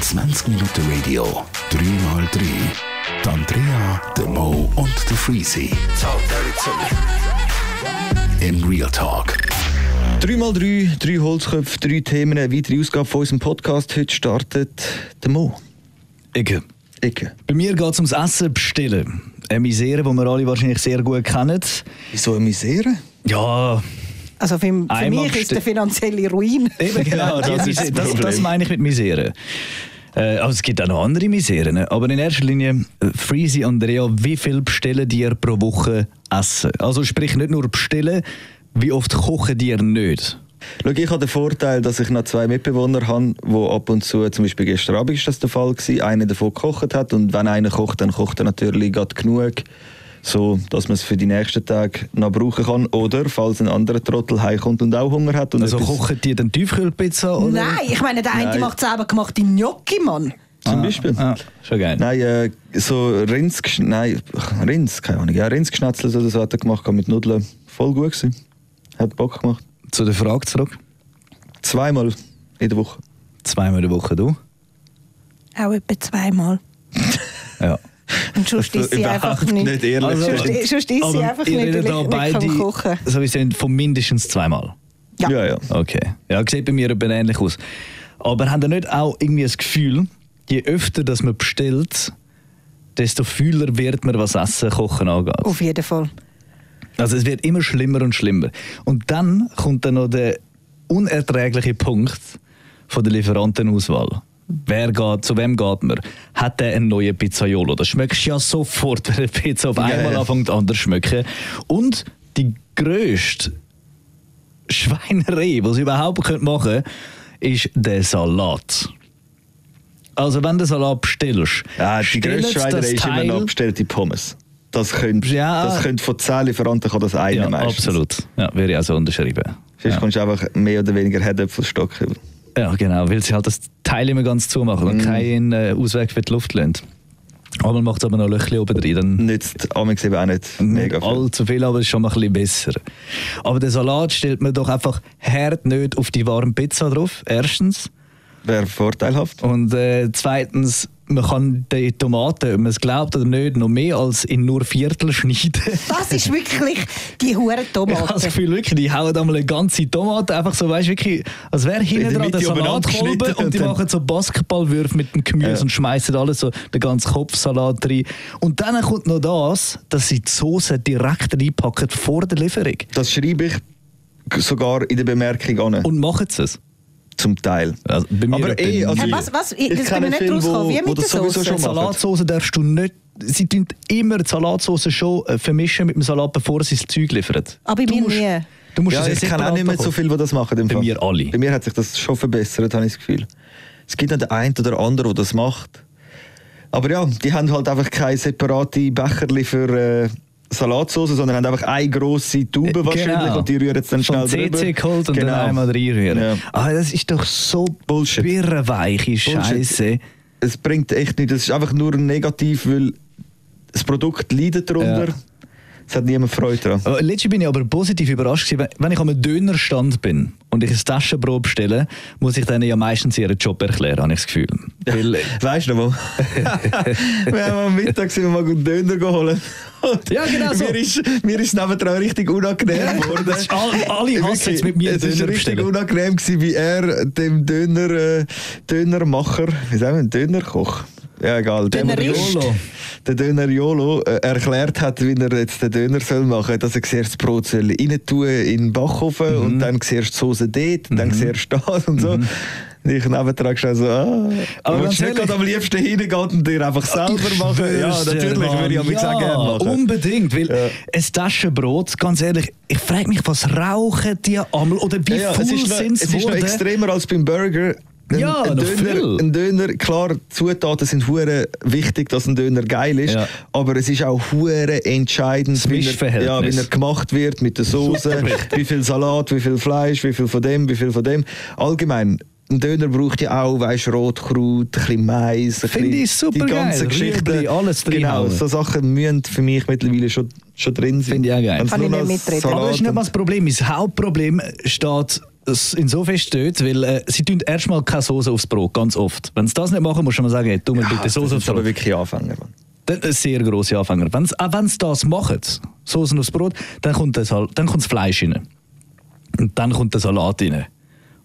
20 Minuten Radio, 3x3. Die Andrea, der Mo und der Freezy. Im Real Talk. 3x3, 3 Holzköpfe, 3 Themen, eine weitere Ausgabe von unserem Podcast. Heute startet der Mo. Ecke. Ecke. Bei mir geht es ums Essen bestellen. Eine Misere, die wir alle wahrscheinlich sehr gut kennen. Wieso eine Misere? Ah. Ja, Also für, für Einmal mich ist ste- der finanzielle Ruin. eben genau. Das, ist das das, das Problem. meine ich mit Misere. Äh, aber es gibt auch noch andere Miseren. Aber in erster Linie, äh, Freezy und Rea, wie viel bestellen dir pro Woche Essen? Also sprich nicht nur bestellen, wie oft kochen dir nicht? Schau, ich habe den Vorteil, dass ich noch zwei Mitbewohner habe, die ab und zu, zum Beispiel gestern Abend ist das der Fall, gewesen, einer davon gekocht hat. Und wenn einer kocht, dann kocht er natürlich gerade genug, so dass man es für die nächsten Tage noch brauchen kann. Oder, falls ein anderer Trottel heimkommt und auch Hunger hat. Und Also etwas- kochen die dann Tiefkühlpizza? Oder? Nein, ich meine, der eine Nein. macht selber gemachte Gnocchi, Mann. Zum Beispiel. Ah, schon geil. Nein, äh, so Rinds, nein, Rinds, keine Ahnung, ja, Rindsgeschnetzels oder so hat er gemacht mit Nudeln. Voll gut gewesen. Hat Bock gemacht. Zu der Frage zurück. Zweimal in der Woche. Zweimal in der Woche du? Auch etwa zweimal. Ja. Und sonst ist sie einfach nicht. ehrlich. Also- Sonst- sonst isst sie aber einfach ihr nicht, redet weil da ich nicht kann kochen. So wie sind von mindestens zweimal. Ja. ja, ja. Okay. Ja, sieht bei mir eben ähnlich aus. Aber haben ihr nicht auch irgendwie das Gefühl, je öfter das man bestellt, desto fühler wird man, was Essen kochen angeht? Auf jeden Fall. Also es wird immer schlimmer und schlimmer. Und dann kommt dann noch der unerträgliche Punkt von der Lieferantenauswahl. Wer geht, zu wem geht man? Hat der einen neuen Pizzaiolo? Das schmeckst du ja sofort, wenn eine Pizza auf einmal ja. anfängt anders zu schmecken. Und die grösste Schweinerei, was ich überhaupt könnte machen ist der Salat. Also wenn du den Salat bestellst, Ja, die grösste stellt das Schweinerei ist immer Teil- noch bestellte Pommes. Das könnte, Ja. das könnte von 10 Lieferanten kann das einer Ja, meistens. absolut. Ja, würde ich auch so unterschreiben. Sonst ja. kommst du einfach mehr oder weniger Herdöpfelstock über. Ja, genau, weil sie halt das Teil immer ganz zumachen Mhm. und keinen äh, Ausweg für die Luft lässt. Einmal macht es aber noch Löchli oben drin, dann Nützt Amix eben auch nicht nicht mega viel. allzu viel, aber ist schon mal ein bisschen besser. Aber den Salat stellt man doch einfach hart nicht auf die warme Pizza drauf, erstens. Wäre vorteilhaft. Und äh, zweitens, man kann die Tomaten, ob man es glaubt oder nicht, noch mehr als in nur Viertel schneiden. Das ist wirklich die hure Ich habe das Tomate. Gefühl, wirklich, die hauen einmal eine ganze Tomate einfach so, weißt du, wirklich, als wäre In hinten der dran Mitte der übereinander Salatkolben geschnitten und die und dann- machen so Basketballwürfe mit dem Gemüse Ja. und schmeißen alles so, den ganzen Kopfsalat rein. Und dann kommt noch das, dass sie die Soße direkt reinpacken vor der Lieferung. Das schreibe ich sogar in der Bemerkung an. Und machen sie es. Zum Teil. Also bei mir aber etwa eh, also Hey, was- was? Ich- das bin kenne ich nicht viele, rausgekommen. Wie wo mit das der sowieso Soße? schon machen. Salatsauce darfst du nicht. Sie tun immer die Salatsauce schon äh, vermischen mit dem Salat, bevor sie das Zeug liefern. Aber bei du mir musst, nie. Du musst Ja, es ich kenne auch nicht mehr so viele, die das machen. im Bei Fall. mir alle. Bei mir hat sich das schon verbessert, habe ich das Gefühl. Es gibt noch den einen oder anderen, der das macht. Aber ja, die haben halt einfach keine separaten Becherli für äh, Salatsauce, sondern haben einfach eine grosse Tube Genau. wahrscheinlich und die rühren es dann Vom schnell drüber. CC geholt und Genau. dann einmal reinrühren. Ja. Ah, das ist doch so Bullshit. birrenweiche Scheiße. Es bringt echt nichts. Es ist einfach nur negativ, weil das Produkt leidet darunter. Ja. Es hat niemand Freude daran. Aber Letztens bin ich aber positiv überrascht gewesen. Wenn ich am Dönerstand bin und ich ein Taschenbrot bestelle, muss ich denen ja meistens ihren Job erklären, habe ich das Gefühl. Weil, Weißt du noch wo? wir haben am Mittag sind wir mal einen Döner geholt. Und Ja, genau so. Mir ist, mir ist nebenan richtig unangenehm geworden. Das ist all- alle hassen Wirklich, jetzt mit mir Es war Döner richtig bestellen. unangenehm, gewesen, wie er dem Döner, äh, Dönermacher, wie sagen wir, Dönerkoch? Ja, egal. dem- Dönerist. Jolo. Der Döner Jolo äh, erklärt hat, wie er jetzt den Döner soll machen soll, dass er zuerst das Brot soll rein tun in den Backofen Mhm. und dann zuerst die Soße dort, dann zuerst das und so. Und ich nebenan gestanden so, ah, Aber aber willst ganz du nicht ehrlich- gerade am liebsten hingehen und dir einfach selber Ich machen? Ja, schwör's dir, natürlich, Mann. würde ich am ja, ja, gerne machen. Unbedingt, weil Ja. ein Taschenbrot, ganz ehrlich, ich frage mich, was rauchen die einmal oder wie Ja, ja, faul es ist, noch, sind es sie ist noch extremer als beim Burger. Ein, Ja, ein, noch Döner, viel. ein Döner, klar, Zutaten sind hure wichtig, dass ein Döner geil ist, Ja. aber es ist auch hure entscheidend, Das wie er, ja, Mischverhältnis. wie er gemacht wird mit der Soße, wie viel Salat, wie viel Fleisch, wie viel von dem, wie viel von dem. Allgemein, ein Döner braucht ja auch, weißt, Rotkraut, ein bisschen Mais, ein Finde bisschen- ich supergeil. die ganze Rüebli, Geschichte. alles genau, reinhauen. so Sachen müssen für mich mittlerweile schon, schon drin sein. Finde ich auch geil. Wenn's Kann nur ich noch nicht mitreden. Salat Aber das ist nicht und- mal das Problem. Das Hauptproblem steht es insofern steht, weil äh, sie tun erstmal keine Soße aufs Brot, ganz oft. Wenn sie das nicht machen, musst du mal sagen, hey, tu mir bitte das Soße aufs ist aber Brot. wirklich anfangen. Mann. Dann ein sehr grosser Anfänger. Wenn's, auch wenn sie das machen, Soßen aufs Brot, dann kommt, das, halt- dann kommt das Fleisch rein. Und dann kommt der Salat rein.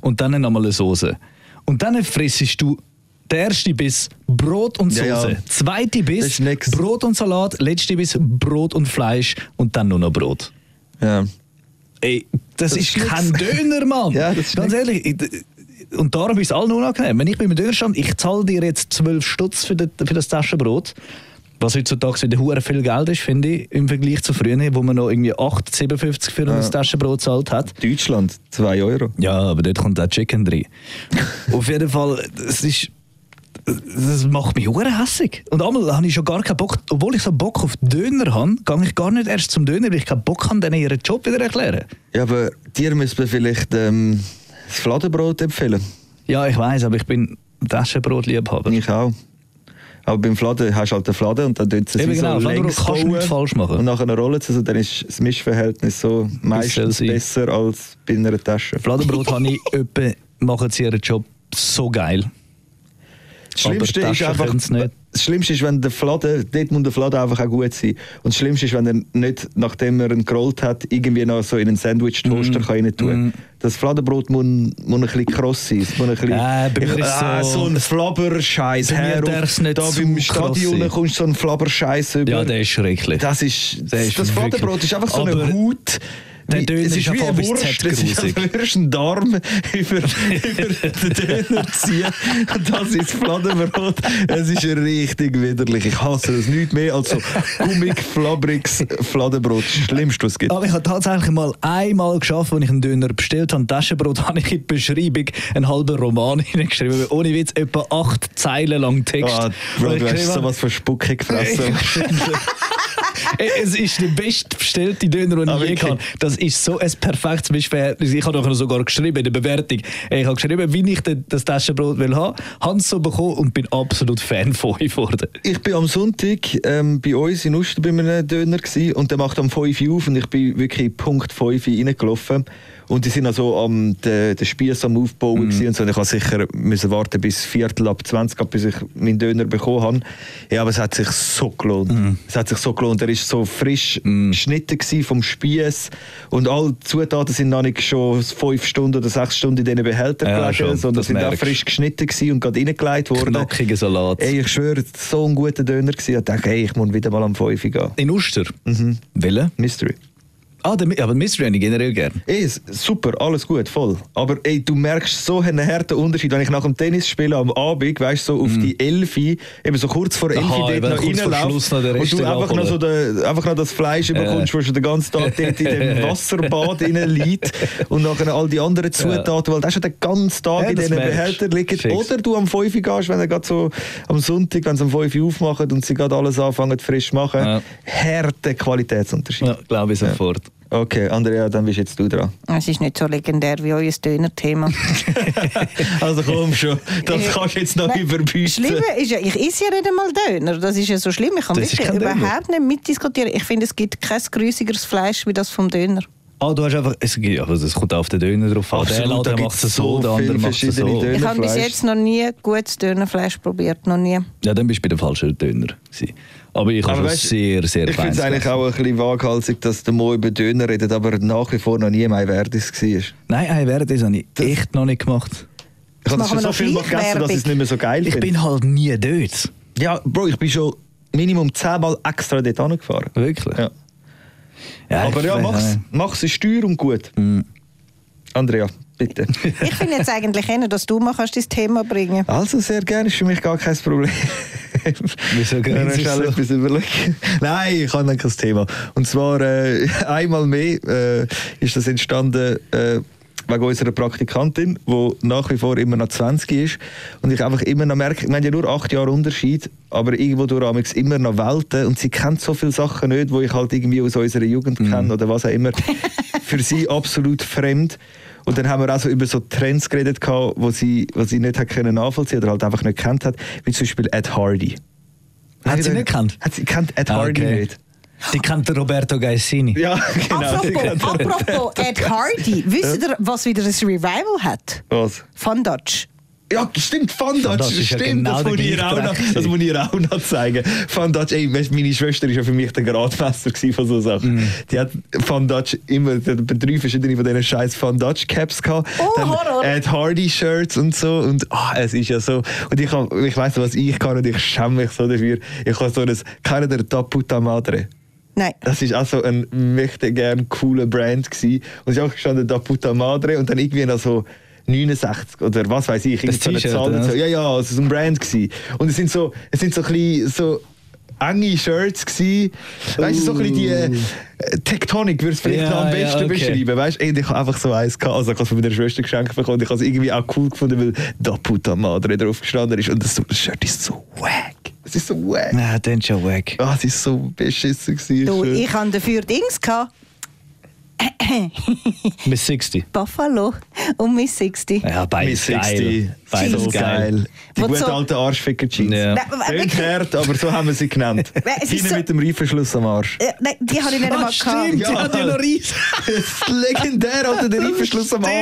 Und dann nochmal eine Soße. Und dann frissest du den ersten Biss Brot und Ja, Soße. ja. Zweite Das Biss ist nix. Brot und Salat. Letzte Biss Brot und Fleisch. Und dann nur noch Brot. Ja. Ey, das, Das ist ist kein Döner, Mann. Ja, das ist Ganz nix. ehrlich. ich- Und darum ist es allen unangenehm. Wenn ich bei einem Döner stand, ich zahle dir jetzt 12 Stutz für, den- für das Taschenbrot, was heutzutage wieder hure viel Geld ist, finde ich, im Vergleich zu früher, wo man noch irgendwie 8,57 für ein Taschenbrot gezahlt hat. Deutschland, 2 Euro. Ja, aber dort kommt auch Chicken drin. Auf jeden Fall, das ist. Das macht mich hure hässig. Und einmal habe ich schon gar keinen Bock, obwohl ich so Bock auf Döner habe, gehe ich gar nicht erst zum Döner, weil ich keinen Bock habe, denen ihren Job wieder erklären. Ja, aber dir müsste man vielleicht ähm, das Fladenbrot empfehlen. Ja, ich weiß, aber ich bin Taschenbrotliebhaber. Ich auch. Aber beim Fladen hast du halt den Fladen und dann tun sie Eben es genau, so Fladenbrot längs kannst du bauen nichts falsch machen. Und nachher rollen sie es und dann ist das Mischverhältnis so meistens soll sein. besser als bei einer Tasche. Fladenbrot habe ich öppe machen sie ihren Job so geil. Das Schlimmste, Aber ist Taschen einfach, können's nicht. das Schlimmste ist, wenn der Fladen, dort muss der Fladen einfach auch gut sein. Und das Schlimmste ist, wenn er nicht, nachdem er ihn gerollt hat, irgendwie noch so in einen Sandwich-Toaster mm. rein tun Das Fladenbrot muss, muss ein bisschen kross sein. Es muss ein bisschen, Äh, bei mir ich, ist ah, so- so ein Flabberscheiß Bei mir her. darf's Und nicht da zu beim kross Stadion sein. kommst du so ein Flabberscheiß über. Ja, der ist schrecklich. das ist, der ist das Fladenbrot wirklich- ist einfach so Aber eine Haut. der wie- Döner es ist ist wie einfach eine bis Wurst. Z Es ist, als grusig. würdest du einen Darm über, über den Döner ziehen. Und Das ist Fladenbrot. Es ist richtig widerlich. Ich hasse es nicht mehr als so gummig, flabriges Fladenbrot. Das Schlimmste, was es gibt. Aber ich habe tatsächlich mal einmal geschafft, als ich einen Döner bestellt habe. Taschenbrot habe ich in die Beschreibung einen halben Roman hineingeschrieben. Ohne Witz, etwa acht Zeilen lang Text. Ah, Und Bro, ich du hast geschrieben habe, sowas von Spucke gefressen. es ist der bestbestellte Döner, den Ah, ich je wirklich? kann. Das ist so ein perfektes Mischverhältnis. Ich habe nachher sogar geschrieben in der Bewertung. Ich habe geschrieben, wie ich denn das Taschenbrot will haben. Habe es so bekommen und bin absolut Fan von ihm geworden. Ich bin am Sonntag ähm, bei uns in Uster bei einem Döner gewesen, und der macht am 5 Uhr auf und ich bin wirklich Punkt 5 Uhr reingelaufen und die sind also am den, den Spieß am aufbauen Mhm. gewesen und so und ich habe sicher müssen warten bis Viertel ab 20 ab, bis ich meinen Döner bekommen habe. Ja, aber es hat sich so gelohnt. Mhm. Es hat sich so gelohnt. Er ist so frisch geschnitten gewesen vom Spieß und alle Zutaten sind noch nicht schon fünf Stunden oder sechs Stunden in diesen Behältern Ja, gelegen, schon. sondern Das sind auch merkst du. frisch geschnitten gewesen und gerade reingelegt worden. Knackiger Salat. Ey, ich schwöre, so ein guter Döner gewesen. Ich dachte, hey, ich muss wieder mal am 5 Uhr gehen. In Uster? Mhm. Wille? Mystery. Ah, der, Mi- aber Mystery habe ich generell gern. Ey, s- super, alles gut, voll. Aber ey, du merkst so einen harten Unterschied, wenn ich nach dem Tennis spiele am Abend, weißt du, so auf die 11, eben so kurz vor 11 Mhm. Aha, dort eben, noch kurz vor Schluss reinlaufst noch den Rest und du einfach noch, so den, einfach noch das Fleisch Äh. bekommst, was schon den ganzen Tag dort in dem Wasserbad drin liegt und nachher all die anderen Zutaten, weil das schon den ganzen Tag Ja, in das diesen merkst. Behältern liegt. Fix. Oder du am 5 Uhr gehst, wenn er gerade so am Sonntag, wenn sie am 5 Uhr aufmachen und sie gerade alles anfangen frisch zu machen, Ja. härter Qualitätsunterschied. Ja, glaube ich sofort. Okay, Andrea, dann bist jetzt du dran. Es ist nicht so legendär wie euer Döner-Thema. Also komm schon, das Äh, kannst du jetzt noch nein, überbieten. Schlimm ist ja, ich esse ja nicht einmal Döner. Das ist ja so schlimm. Ich kann Das ist wirklich kein Döner. überhaupt nicht mitdiskutieren. Ich finde, es gibt kein grüssigeres Fleisch wie das vom Döner. Ah, du hast einfach. Es, gibt- ja, also es kommt auf den Döner drauf an. Der Absolut, da Laden gibt's macht es so, so der andere viele macht es verschiedene so. Döner. Ich habe bis Dönerfleisch. jetzt noch nie gutes Dönerfleisch probiert. Noch nie. Ja, dann bist du bei der falschen Döner. gewesen. Aber ich habe schon weisst, sehr, sehr Ich finde es feines eigentlich gegessen. auch ein bisschen waghalsig, dass der Mo über Döner redet, aber nach wie vor noch nie mein Verdis war. Ich Nein, ein Verdis habe ich echt noch nicht gemacht. habe das machen schon wir so noch viel mal gegessen, dass ich es Schleichwerbung. nicht mehr so geil Ich finde. bin halt nie dort. Ja, Bro, ich bin schon Minimum zehnmal extra dort angefahren. Wirklich? Ja. Aber ich- ja, Mhm. mach's, äh, mach's ist teuer und gut. Andrea, bitte. Ich finde jetzt eigentlich eher, dass du mal kannst, dein Thema bringen Ah, Also sehr gerne, ist für mich gar kein Problem. Wieso grinst Wenn er du schnell so? etwas überlegen. Nein, ich habe dann kein Thema. Und zwar äh, einmal mehr äh, ist das entstanden äh, wegen unserer Praktikantin, die nach wie vor immer noch 20 ist. Und ich einfach immer noch merke, wir haben ja nur 8 Jahre Unterschied, aber irgendwo durch amigs immer noch Welten. Und sie kennt so viele Sachen nicht, die ich halt irgendwie aus unserer Jugend kenne oder was auch immer. für sie absolut fremd. Und dann haben wir auch so über so Trends geredet, gehabt, wo sie, wo sie nicht hat können nachvollziehen oder halt einfach nicht kennt hat, wie zum Beispiel Ed Hardy. Hat sie nicht gekannt? Hat sie kennt Ed Ah, Hardy okay. nicht. Die kennt der Roberto Gaisini. Ja, genau, genau. apropos, apropos Ed Hardy, wisst ihr, was wieder ein Revival hat? Was? Von Dutch. Ja, stimmt, Van Van Dutch, Dutch ist ja stimmt, das, genau der muss ich ihr gleiche auch noch, Dreck das muss ich ihr auch noch zeigen. Van Dutch, ey, weisst, meine Schwester war ja für mich der Gradmesser gewesen von so Sachen. Mhm. Die hat Van Dutch immer, die hat etwa drei verschiedene von diesen scheiß Van Dutch Caps gehabt. Oh, Horror. Ed Hardy Shirts und so und ah, es ist ja so. Und ich, hab- ich weiss, was ich kann und ich schäme mich so dafür. Ich habe so ein, keiner der Taputa Madre. Nein. Das ist auch so ein möchte gern cooler Brand gsi und es ist auch gestanden da Puta Madre und dann irgendwie noch so 69 oder was weiß ich, Das irgendeine T-Shirt, Zahl oder? dazu. Ja, ja, also es ist ein Brand gsi und es sind so es sind so chli so enge Shirts gsi. Weißt du, so chli die äh, Tektonik würdest du vielleicht Ja, noch am ja, besten okay. beschreiben. Weißt du, Ey, ich habe einfach so eins gehabt, also ich habe es von meiner Schwester geschenkt bekommen und ich habe es irgendwie auch cool gefunden, weil da Puta Madre drauf gestanden ist und das, das Shirt ist so wack. Es ist so wack. Nein, den ist ja weg. Ah, es ist so beschissen gewesen. Du, Schön. ich hatte dafür Dings. Gehabt. Miss 60. Buffalo und Miss 60. Ja, beides Mit 60. geil. Beides so geil. geil. Die Wo guten so- alten Arschficker-Jeans. Ja. Nein, aber wirklich- Umgekehrt, aber so haben wir sie genannt. Nein, es ist Hinten so- mit dem Reifenschluss am Arsch. Äh, nein, die habe ich Ah, nicht einmal gehabt. Ah, Ja. Reis. Das legendär, Alter, der Reifenschluss am Arsch.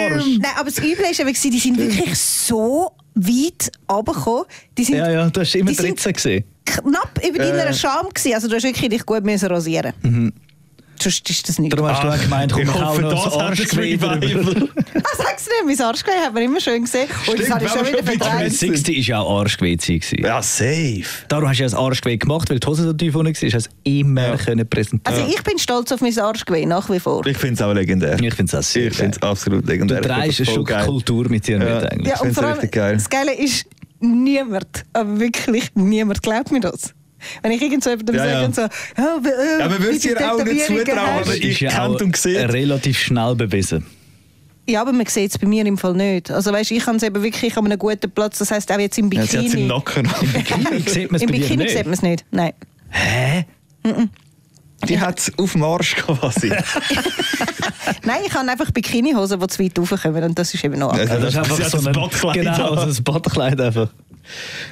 Nein, aber das Üble war, eben, die sind wirklich so weit runtergekommen. Die sind Ja, ja, du hast immer Die sind- 13 gesehen. knapp über Ja, ja. deiner Scham. Gewesen. Also du hast wirklich dich gut müssen rasieren müssen. Mhm. Sonst ist das nicht. Darum hast du auch gemeint, komm, Ah, ich ich hau hoffe, noch das das hat das Arschgeweih drüber. Revival. Ah, sag's nicht, mein Arschgeweih hat man immer schön gesehen. Stimmt, Und das habe wenn ich schon man wieder schon mit verdrängt. Miss 60 war ja auch Arschgeweih. gewesen. Ja, safe. Darum hast du ja das Arschgeweih gemacht, weil die Hose so tief unten war. Hast du es immer können präsentieren Also ich bin stolz auf mein Arschgeweih, nach wie vor. Ich finde es auch legendär. Ich finde es auch sehr Ich finde es absolut legendär. Du trägst ein Ich find das voll Stück geil. Kultur mit dir Ja. mit eigentlich. Ja, und find's vor allem, richtig geil. das Geile ist, niemand, aber wirklich niemand glaubt mir das. Wenn ich irgend so jemandem Ja, ja. sage, so, ja, wie, äh, Ja, man würd's wie viele ihr auch nicht Tätowierungen zutrauen, hast aber du? ich kennt und gesehen. relativ schnell bewiesen. Ja, aber man sieht es bei mir im Fall nicht. Also weißt, ich habe es eben wirklich an einem guten Platz, das heisst auch jetzt im Ja, sie hat Bikini. es im Nacken. Sieht man es Im bei dir Bikini sieht man nicht? es nicht, nein. Hä? Die hat es auf dem Arsch quasi. Nein, ich habe einfach Bikinihosen, die zu weit raufkommen und das ist eben noch... Also, Also das ist sie einfach hat so ein ein Badkleid Genau, an. so ein Badkleid einfach.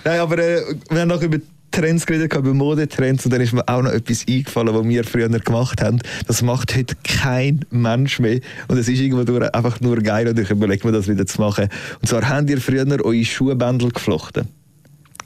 Nein, aber äh, wir haben noch über Trends geredet, über Modetrends und dann ist mir auch noch etwas eingefallen, was wir früher gemacht haben. Das macht heute kein Mensch mehr und es ist irgendwo durch einfach nur geil und ich überlege mir das wieder zu machen. Und zwar habt ihr früher eure Schuhbändel geflochten.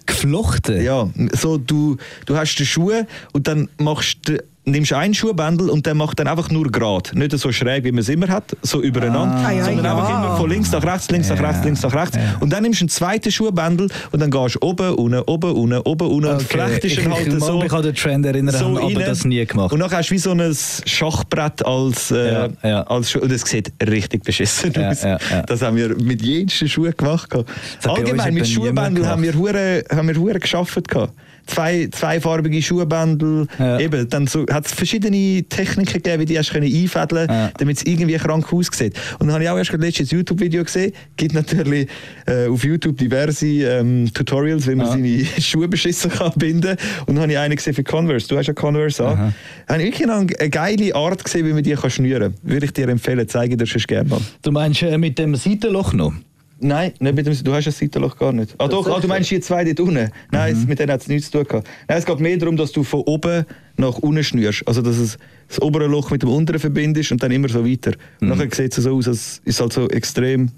Geflochten? Ja, so du, du hast die Schuhe und dann machst du nimmst einen Schuhbändel und der macht dann einfach nur gerade. Nicht so schräg, wie man es immer hat, so übereinander, Ah, ja, sondern ja. einfach immer von links nach rechts, links nach rechts, links nach rechts. Und dann nimmst du einen zweiten Schuhbändel und dann gehst du oben, unten, oben, unten, oben, unten und flechtest ich, ihn ich, halt mag so. mich an den Trend erinnern, so habe aber rein. das nie gemacht. Und dann hast du wie so ein Schachbrett als, äh, Ja, ja. als Schuh. Und es sieht richtig beschissen Ja, aus. ja, ja. Das haben wir mit jedem Schuh gemacht. Das hat bei uns Allgemein mit etwa niemand Schuhbändeln haben gemacht. wir wir hure, haben wir hure geschafft gehabt. Zwei, zweifarbige Schuhbändel, Ja. eben, dann so, hat es verschiedene Techniken gegeben, wie die hast können einfädeln, Ja. damit es irgendwie krank aussieht. Und dann habe ich auch erst gerade letztens ein YouTube-Video gesehen, gibt natürlich äh, auf YouTube diverse ähm, Tutorials, wie man Ja. seine Schuhe beschissen kann binden. Und dann habe ich einen gesehen für Converse, du hast ja Converse an. Habe ich wirklich noch eine geile Art gesehen, wie man die kann schnüren. Würde ich dir empfehlen, zeige ich dir sonst gerne mal. Du meinst äh, mit dem Seitenloch noch? Nein, nicht mit dem, du hast das Seitenloch gar nicht. Ah, doch, ah, du meinst die zwei dort unten? Nein, es- mit denen hat es nichts zu tun gehabt. Nein, es geht mehr darum, dass du von oben nach unten schnürst. Also, dass es das obere Loch mit dem unteren verbindest und dann immer so weiter. Und nachher sieht es so aus, als ist halt so extrem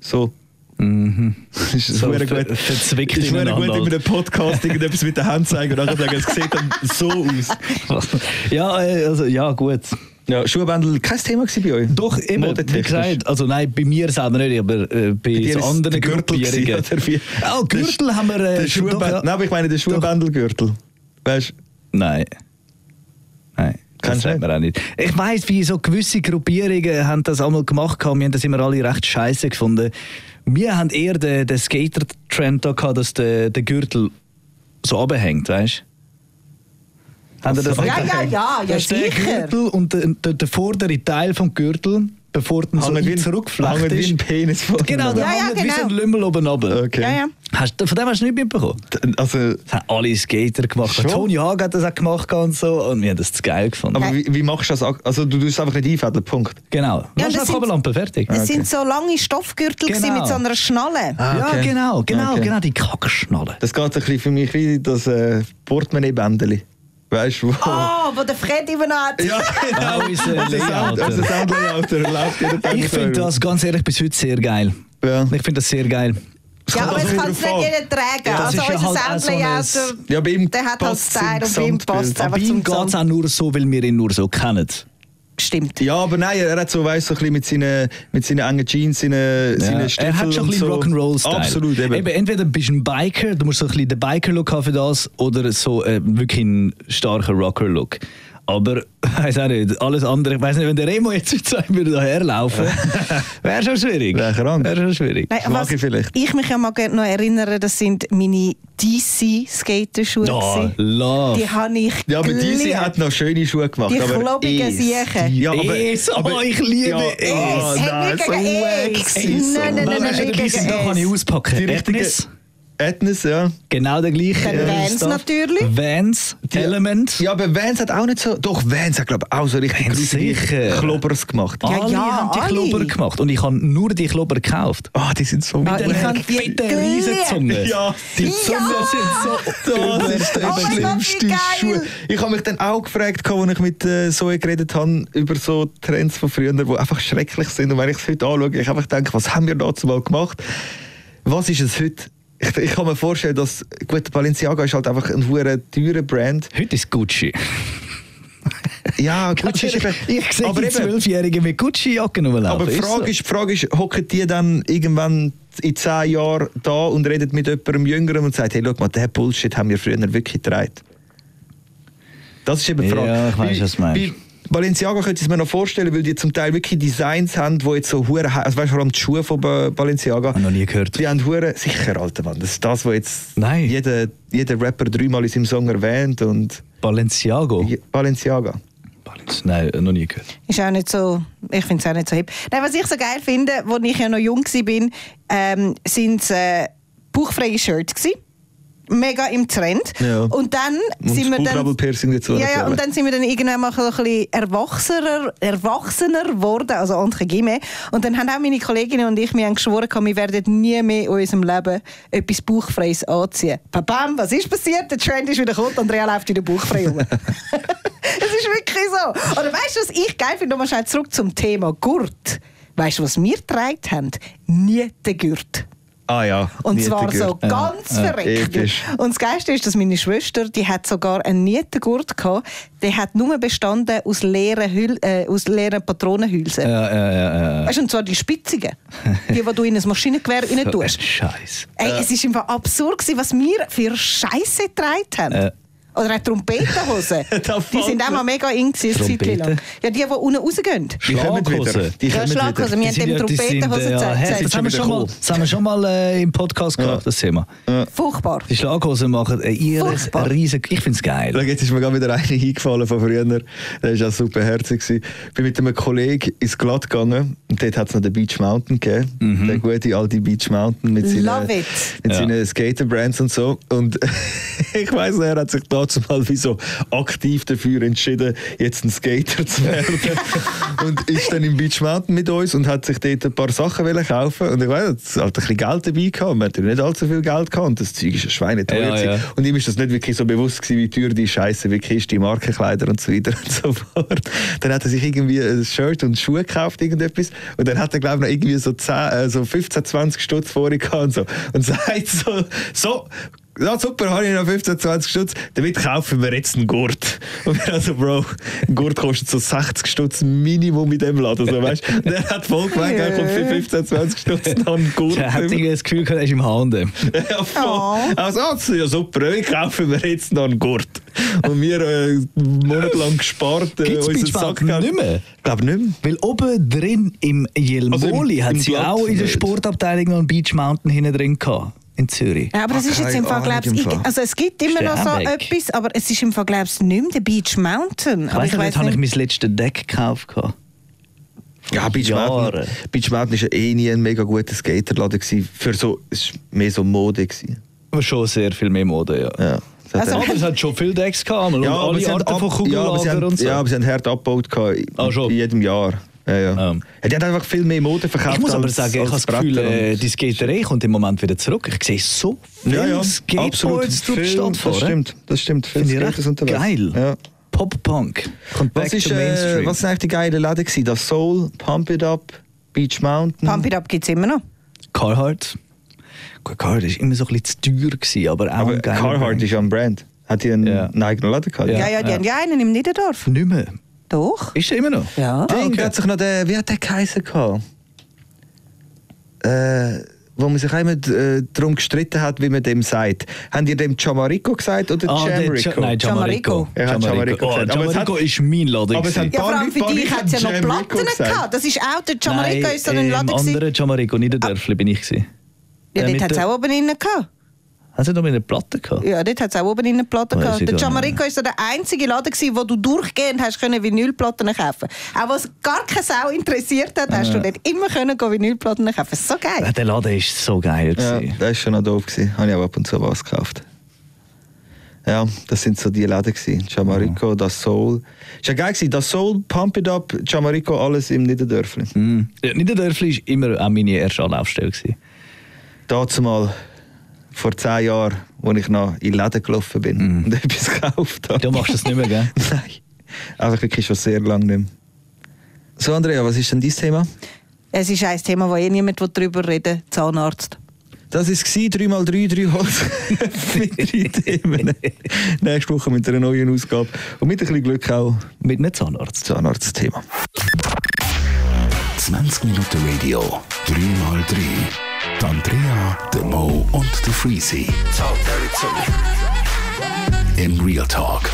so. Mhm. ist So sehr ver- gut. verzwickt ist sehr gut ineinander. in einem Podcast irgendetwas mit der Hand zeigen und nachher sagen, es sieht dann so aus. ja, äh, also, ja, gut. Ja, Schuhbändel, kein Thema gewesen bei euch? Doch, immer, wie Modetechnisch. gesagt, also nein, bei mir selber nicht, aber äh, bei dir so ist der anderen Gürtel Gruppierungen. gewesen, oder wie? Ah, oh, Gürtel Der- haben wir... Äh, der schon- Schuhbä- doch, ja. Nein, aber ich meine den Schuhbändelgürtel. Weißt du? Nein. Nein. Das Kennst du sagt man auch nicht. Ich weiss, wie so gewisse Gruppierungen haben das einmal gemacht haben. Wir haben das immer alle recht scheiße gefunden. Wir haben eher den, den Skater-Trend da gehabt, dass der, der Gürtel so abhängt, weißt du? Haben ihr das Ach so. nicht Ja, ja, ja, ja, Dass der sicher. Gürtel und der, der, der vordere Teil vom Gürtel, bevor du so Hängt wie ein- zurückflecht hängt wie ein ist. Penis vor. Genau, der Ja, ja, hängt wie so ein genau. Lümmel oben runter. Okay. Ja, ja. Hast, du- von dem hast du nicht mitbekommen? Also, Das haben alle Skater gemacht. Schon? Tony Haag hat das auch gemacht und so. Und wir haben das zu geil gefunden. aber wie, wie machst du das? ak- Also, du tust es einfach nicht einfädeln, Punkt. genau. Ja, Ja, das Machst du sind- eine Kabellampe, fertig. Es sind so lange Stoffgürtel gewesen Genau. mit so einer Schnalle. Ah, Ja, okay. genau, genau, Okay. genau. Die Kackschnalle. Das geht ein bisschen für mich wie das äh, Portemonnaie-Bändeli. Weißt du, wo? Ah, wo der Fred immer noch hat. Ja, genau. Auch Ah, unser Layout. Also Soundlayouter läuft jeden Tag. Ich finde das ganz ehrlich bis heute sehr geil. Ja. Ich finde das sehr geil. Ja, aber kommt es auch wieder kann es nicht drauf an. jeder tragen. Ja, das also ist ja unser halt auch so Soundlayout, ein- Ja, bei ihm der hat halt passt's Style zum und bei ihm Gesamtbild. passt es Aber einfach ihm zum geht es Gesamt. auch nur so, weil wir ihn nur so kennen. Stimmt. Ja, aber nein, er hat so, weißt du, so ein bisschen mit seinen, mit seinen engen Jeans, seinen, Ja, seinen Stiefeln er hat schon ein und bisschen so. Rock'n'Roll-Style. Absolut, eben. Entweder bist du ein Biker, du musst so ein bisschen den Biker-Look haben für das, oder so äh, wirklich einen starken Rocker-Look. Aber, ich weiß auch nicht, alles andere, ich weiß nicht, wenn der Remo jetzt mit zwei würde herlaufen, wäre schon schwierig. Wäre krank. Wäre schon schwierig. Nein, mag was ich vielleicht. Ich mich ja mal gerne noch erinnern, das sind meine DC-Skaterschuhe. Ja, gewesen. Ah, love. die habe ich Ja, aber diese geliebt. hat noch schöne Schuhe gemacht. Die aber klobigen Es. Siechen. Ja, aber, Es, oh, ich liebe Es. oh, Es, hey, nein, nicht so gegen wack Es. gewesen. Nein, Nein, nein, nein, nein, nein, nein, die sind, da kann ich S. auspacken. Oh, Die richtige- Ethnis, Ethnis, ja. genau der gleiche. Dann äh, Vans Stuff. natürlich. Vans, Die- Element. Ja, aber Vans hat auch nicht so... Doch, Vans hat, glaube ich, auch so richtig Vans grusige sicher. Klobbers gemacht. Ja, alle ja, haben die alle. Klobber gemacht und ich habe nur die Klobber gekauft. Ah, die sind so... Ah, ich hab die fetten geliebt. Riesenzungen. Ja, die Ja! so. Das ist der Oh mein Gott, wie schlimmste geil. Schuh. Ich habe mich dann auch gefragt, als ich mit äh, Zoe geredet habe, über so Trends von früher, die einfach schrecklich sind. Und wenn ich es heute anschaue, ich einfach denke, was haben wir dazu mal gemacht? Was ist es heute? Ich, ich kann mir vorstellen, dass gut, Balenciaga ist halt einfach ein hure teurer Brand. Heute ist Gucci. Ja, Gucci ist eben, ich sehe aber die eben- Zwölfjährigen mit Gucci-Jacken rumlaufen. Aber die Frage ist, die Frage ist, hocken die dann irgendwann in zehn Jahren da und redet mit jemandem Jüngerem und sagt, hey, schau mal, den Bullshit haben wir früher wirklich getragen. Das ist eben die Frage. Ja, ich weiss, Bei- was du meinst. bei Balenciaga könnte ich es mir noch vorstellen, weil die zum Teil wirklich Designs haben, die jetzt so hure, also weißt du, vor allem die Schuhe von Ba- Balenciaga. Hab noch nie gehört. Die haben hure, sicher, alter Mann, das ist das, was jetzt Nein. jeder, jeder Rapper dreimal in seinem Song erwähnt und Balenciago. Balenciaga. Balenci- Nein, noch nie gehört. Ist auch nicht so, ich finde es auch nicht so hip. Nein, was ich so geil finde, als ich ja noch jung war, ähm, sind es äh, bauchfreie Shirts. Gewesen. Mega im Trend. Ja. Und dann Und sind das wir dann. Bauchnabelpiercing dazu Ja, ja, natürlich. und dann sind wir dann irgendwann mal ein bisschen erwachsener, erwachsener geworden, also andere Gimme. Und dann haben auch meine Kolleginnen und ich mir haben geschworen, gehabt, wir werden nie mehr in unserem Leben etwas Bauchfreies anziehen. Babam, was ist passiert? Der Trend ist wieder gekommen, Andrea läuft wieder bauchfrei rum. Es ist wirklich so. Oder weißt du, was ich geil finde? Nochmal schnell zurück zum Thema Gurt. Weißt du, was wir getragen haben? Nie den Gurt. Ah ja. Und zwar Nietegür. so ganz verreckt. Ah, episch. und das Geilste ist, dass meine Schwester, die hat sogar einen Nietengurt gehabt, der hat nur bestanden aus leeren, Hül äh, aus leeren Patronenhülsen. Ja, ja, ja. ja. Weißt du, und zwar die spitzigen. Die, die du in ein Maschinengewehr rein tust. Scheiße. Ey, es ist einfach absurd gewesen, was wir für Scheiße getragen haben. Äh. Oder auch Trompetenhosen. Da die sind fällt auch mal mega in gewesen, eine Zeit lang. Trompeten? Ja, die, die unten rausgehen. Die kommen wieder. Also Die Ja, kommen wieder. Schlaghosen. Wir haben eben äh, Trompetenhosen das, gezeigt. sind haben wir schon wieder schon mal, cool. das haben wir schon mal äh, im Podcast gehabt, das Thema. Furchtbar. Die Schlaghosen machen äh, ihr Furchtbar. riesen... Ich finde es Schau, geil. jetzt ist mir gerade wieder einer eingefallen von früher. Der war auch super herzig. gewesen. Ich bin mit einem Kollegen ins Glatt gegangen und dort hat es noch den Beach Mountain gegeben. Der gute alte Beach Mountain mit seinen, Love it. mit Mhm. Ja. seinen Skaterbrands und so. Und ich weiss, er hat sich dazu mal wie so aktiv dafür entschieden, jetzt ein Skater zu werden. und ist dann im Beach Mountain mit uns und hat sich dort ein paar Sachen wollen kaufen. Und ich weiss, er hat halt ein bisschen Geld dabei gehabt. Wir hatten nicht allzu viel Geld gehabt. Und das Zeug ist ein Schweine teuer. Ja, gewesen. ja. Und ihm ist das nicht wirklich so bewusst gewesen, wie teuer die Scheiße wirklich ist, die Markenkleider und so weiter und so fort. Dann hat er sich irgendwie ein Shirt und Schuhe gekauft, irgendetwas. Und dann hat er, glaube ich, noch irgendwie so, 10, äh, so 15, 20 Stutz vorher gehabt und so. Und sagt so, so, ja super, habe ich noch 15, 20 Stutz, damit kaufen wir jetzt einen Gurt. Und wir also, Bro, ein Gurt kostet so 60 Stutz Minimum in dem Laden, so weißt du. Und er hat voll gemeint, er kommt für 15, 20 Stutz noch einen Gurt. Er hat irgendwie das Gefühl gehabt, er ist im H&M. Ja, Oh. voll. Also, das ist ja super, wir kaufen wir jetzt noch einen Gurt. Und wir äh, monatelang gespart äh, Gibt's unseren Beachball Sack. nicht mehr? Ich glaube nicht mehr. Weil oben drin im Also im- Jelmoli im hat sie Blatt auch in der nicht. Sportabteilung noch einen Beach Mountain hinten drin gehabt. In Zürich. Ja, aber das Ah, ist jetzt keine im Fall, Ahnung glaubst im ich, Fall. also es gibt immer noch so Sternweg. etwas, aber es ist im Fall, glaubst nicht mehr der Beach Mountain. Ich aber weiss ich noch weiss nicht, habe ich nicht. mein letztes Deck gekauft. gehabt. Ja, Beach Mountain, Jahren. Beach Mountain ist ja eh nie ein mega guter Skaterladen. gewesen. Für so, es war mehr so Mode. Gewesen. Aber schon sehr viel mehr Mode, ja. Ja. Das hat Also- er- Aber es hat schon viele Decks gehabt. Und alle sie haben Arten ab- von ja, aber sie Kugellager haben, und so. Ja, aber sie haben hart abgebaut gehabt, in- Ah, schon. in jedem Jahr. Ja, ja. Ähm. Ja, die hat einfach viel mehr Mode verkauft Ich muss aber als- sagen, ich als habe das Bretter Gefühl, äh, und- die Skaterei kommt im Moment wieder zurück. Ich sehe so viele ja, ja, absolut. Skateboards durch die Viel- Stadt Das fahren. stimmt, das stimmt. Viel Finde ich Skaters recht geil. Ja. Pop-Punk kommt back Was, ist, to Mainstream. äh, was sind eigentlich die geilen Läden gewesen? Das Soul, Pump It Up, Beach Mountain. Pump It Up gibt es immer noch. Carhartt. Gut, Carhartt war immer so ein bisschen zu teuer, gewesen, aber auch aber ein geiler Carhartt Brand. ist am Brand. Hat die einen, Ja. einen eigenen Laden gehabt? Ja, Ja, ja, die ja. haben ja einen im Niederdorf. Nicht mehr. Doch. Ist er immer noch? Ja. Ding, okay. der hat sich noch der, wie hat der geheißen gehabt? Äh, wo man sich auch immer äh, darum gestritten hat, wie man dem sagt. Haben ihr dem Chamarico gesagt oder Ah, der Jamrico? Ja- Nein, Jamarico. Jamarico. Er hat Jamarico Oh, gesagt, aber es Jamarico hat- ist mein Laden. Aber es hat- gewesen. Ja, vor Paar allem für Leute- dich Paar hat es ja noch Leute haben Platten Jamaica gehabt. Das ist auch der Jamaica Nein, ist so ein Laden. Im gewesen. anderen Jamarico Niederdörfli bin ich. Gewesen. Ja, Der mit dort hat es der- auch oben innen gehabt. Hat er noch eine Platte gehabt? Ja, dort hat es auch oben innen Platten Weiss gehabt. ich Der doch Jamaica war so der einzige Laden, gewesen, wo du durchgehend hast können Vinylplatten kaufen Auch was gar keine Sau interessiert hat, hast du dort immer können gehen Vinylplatten kaufen So Ja, geil. Ah, der Laden ist so geil. Ja, gewesen. das war schon noch doof. Gewesen. Habe ich aber ab und zu was gekauft. Ja, das sind so die Läden. Gewesen. Jamarico, Das Soul. Ist ja geil gewesen. Das Soul, Pump It Up, Jamarico, alles im Niederdörfli. Mhm. Ja, Niederdörfli war immer auch meine erste Anlaufstelle. Gewesen. Dazu mal vor zehn Jahren, als ich noch in Läden gelaufen bin und etwas gekauft habe. Mhm. Du machst das nicht mehr, gell? Nein. Einfach wirklich schon sehr lange nicht mehr. So, Andrea, was ist denn dein Thema? Es ist ein Thema, wo eh niemand darüber reden will. Zahnarzt. Das war 3x3, 3 Holz. Vier Themen. Nächste Woche mit einer neuen Ausgabe. Und mit ein bisschen Glück auch Mit einem Zahnarzt. Zahnarztthema. 20 Minuten Radio, 3x3. Die Andrea, der Mo und der Freezy. In Real Talk.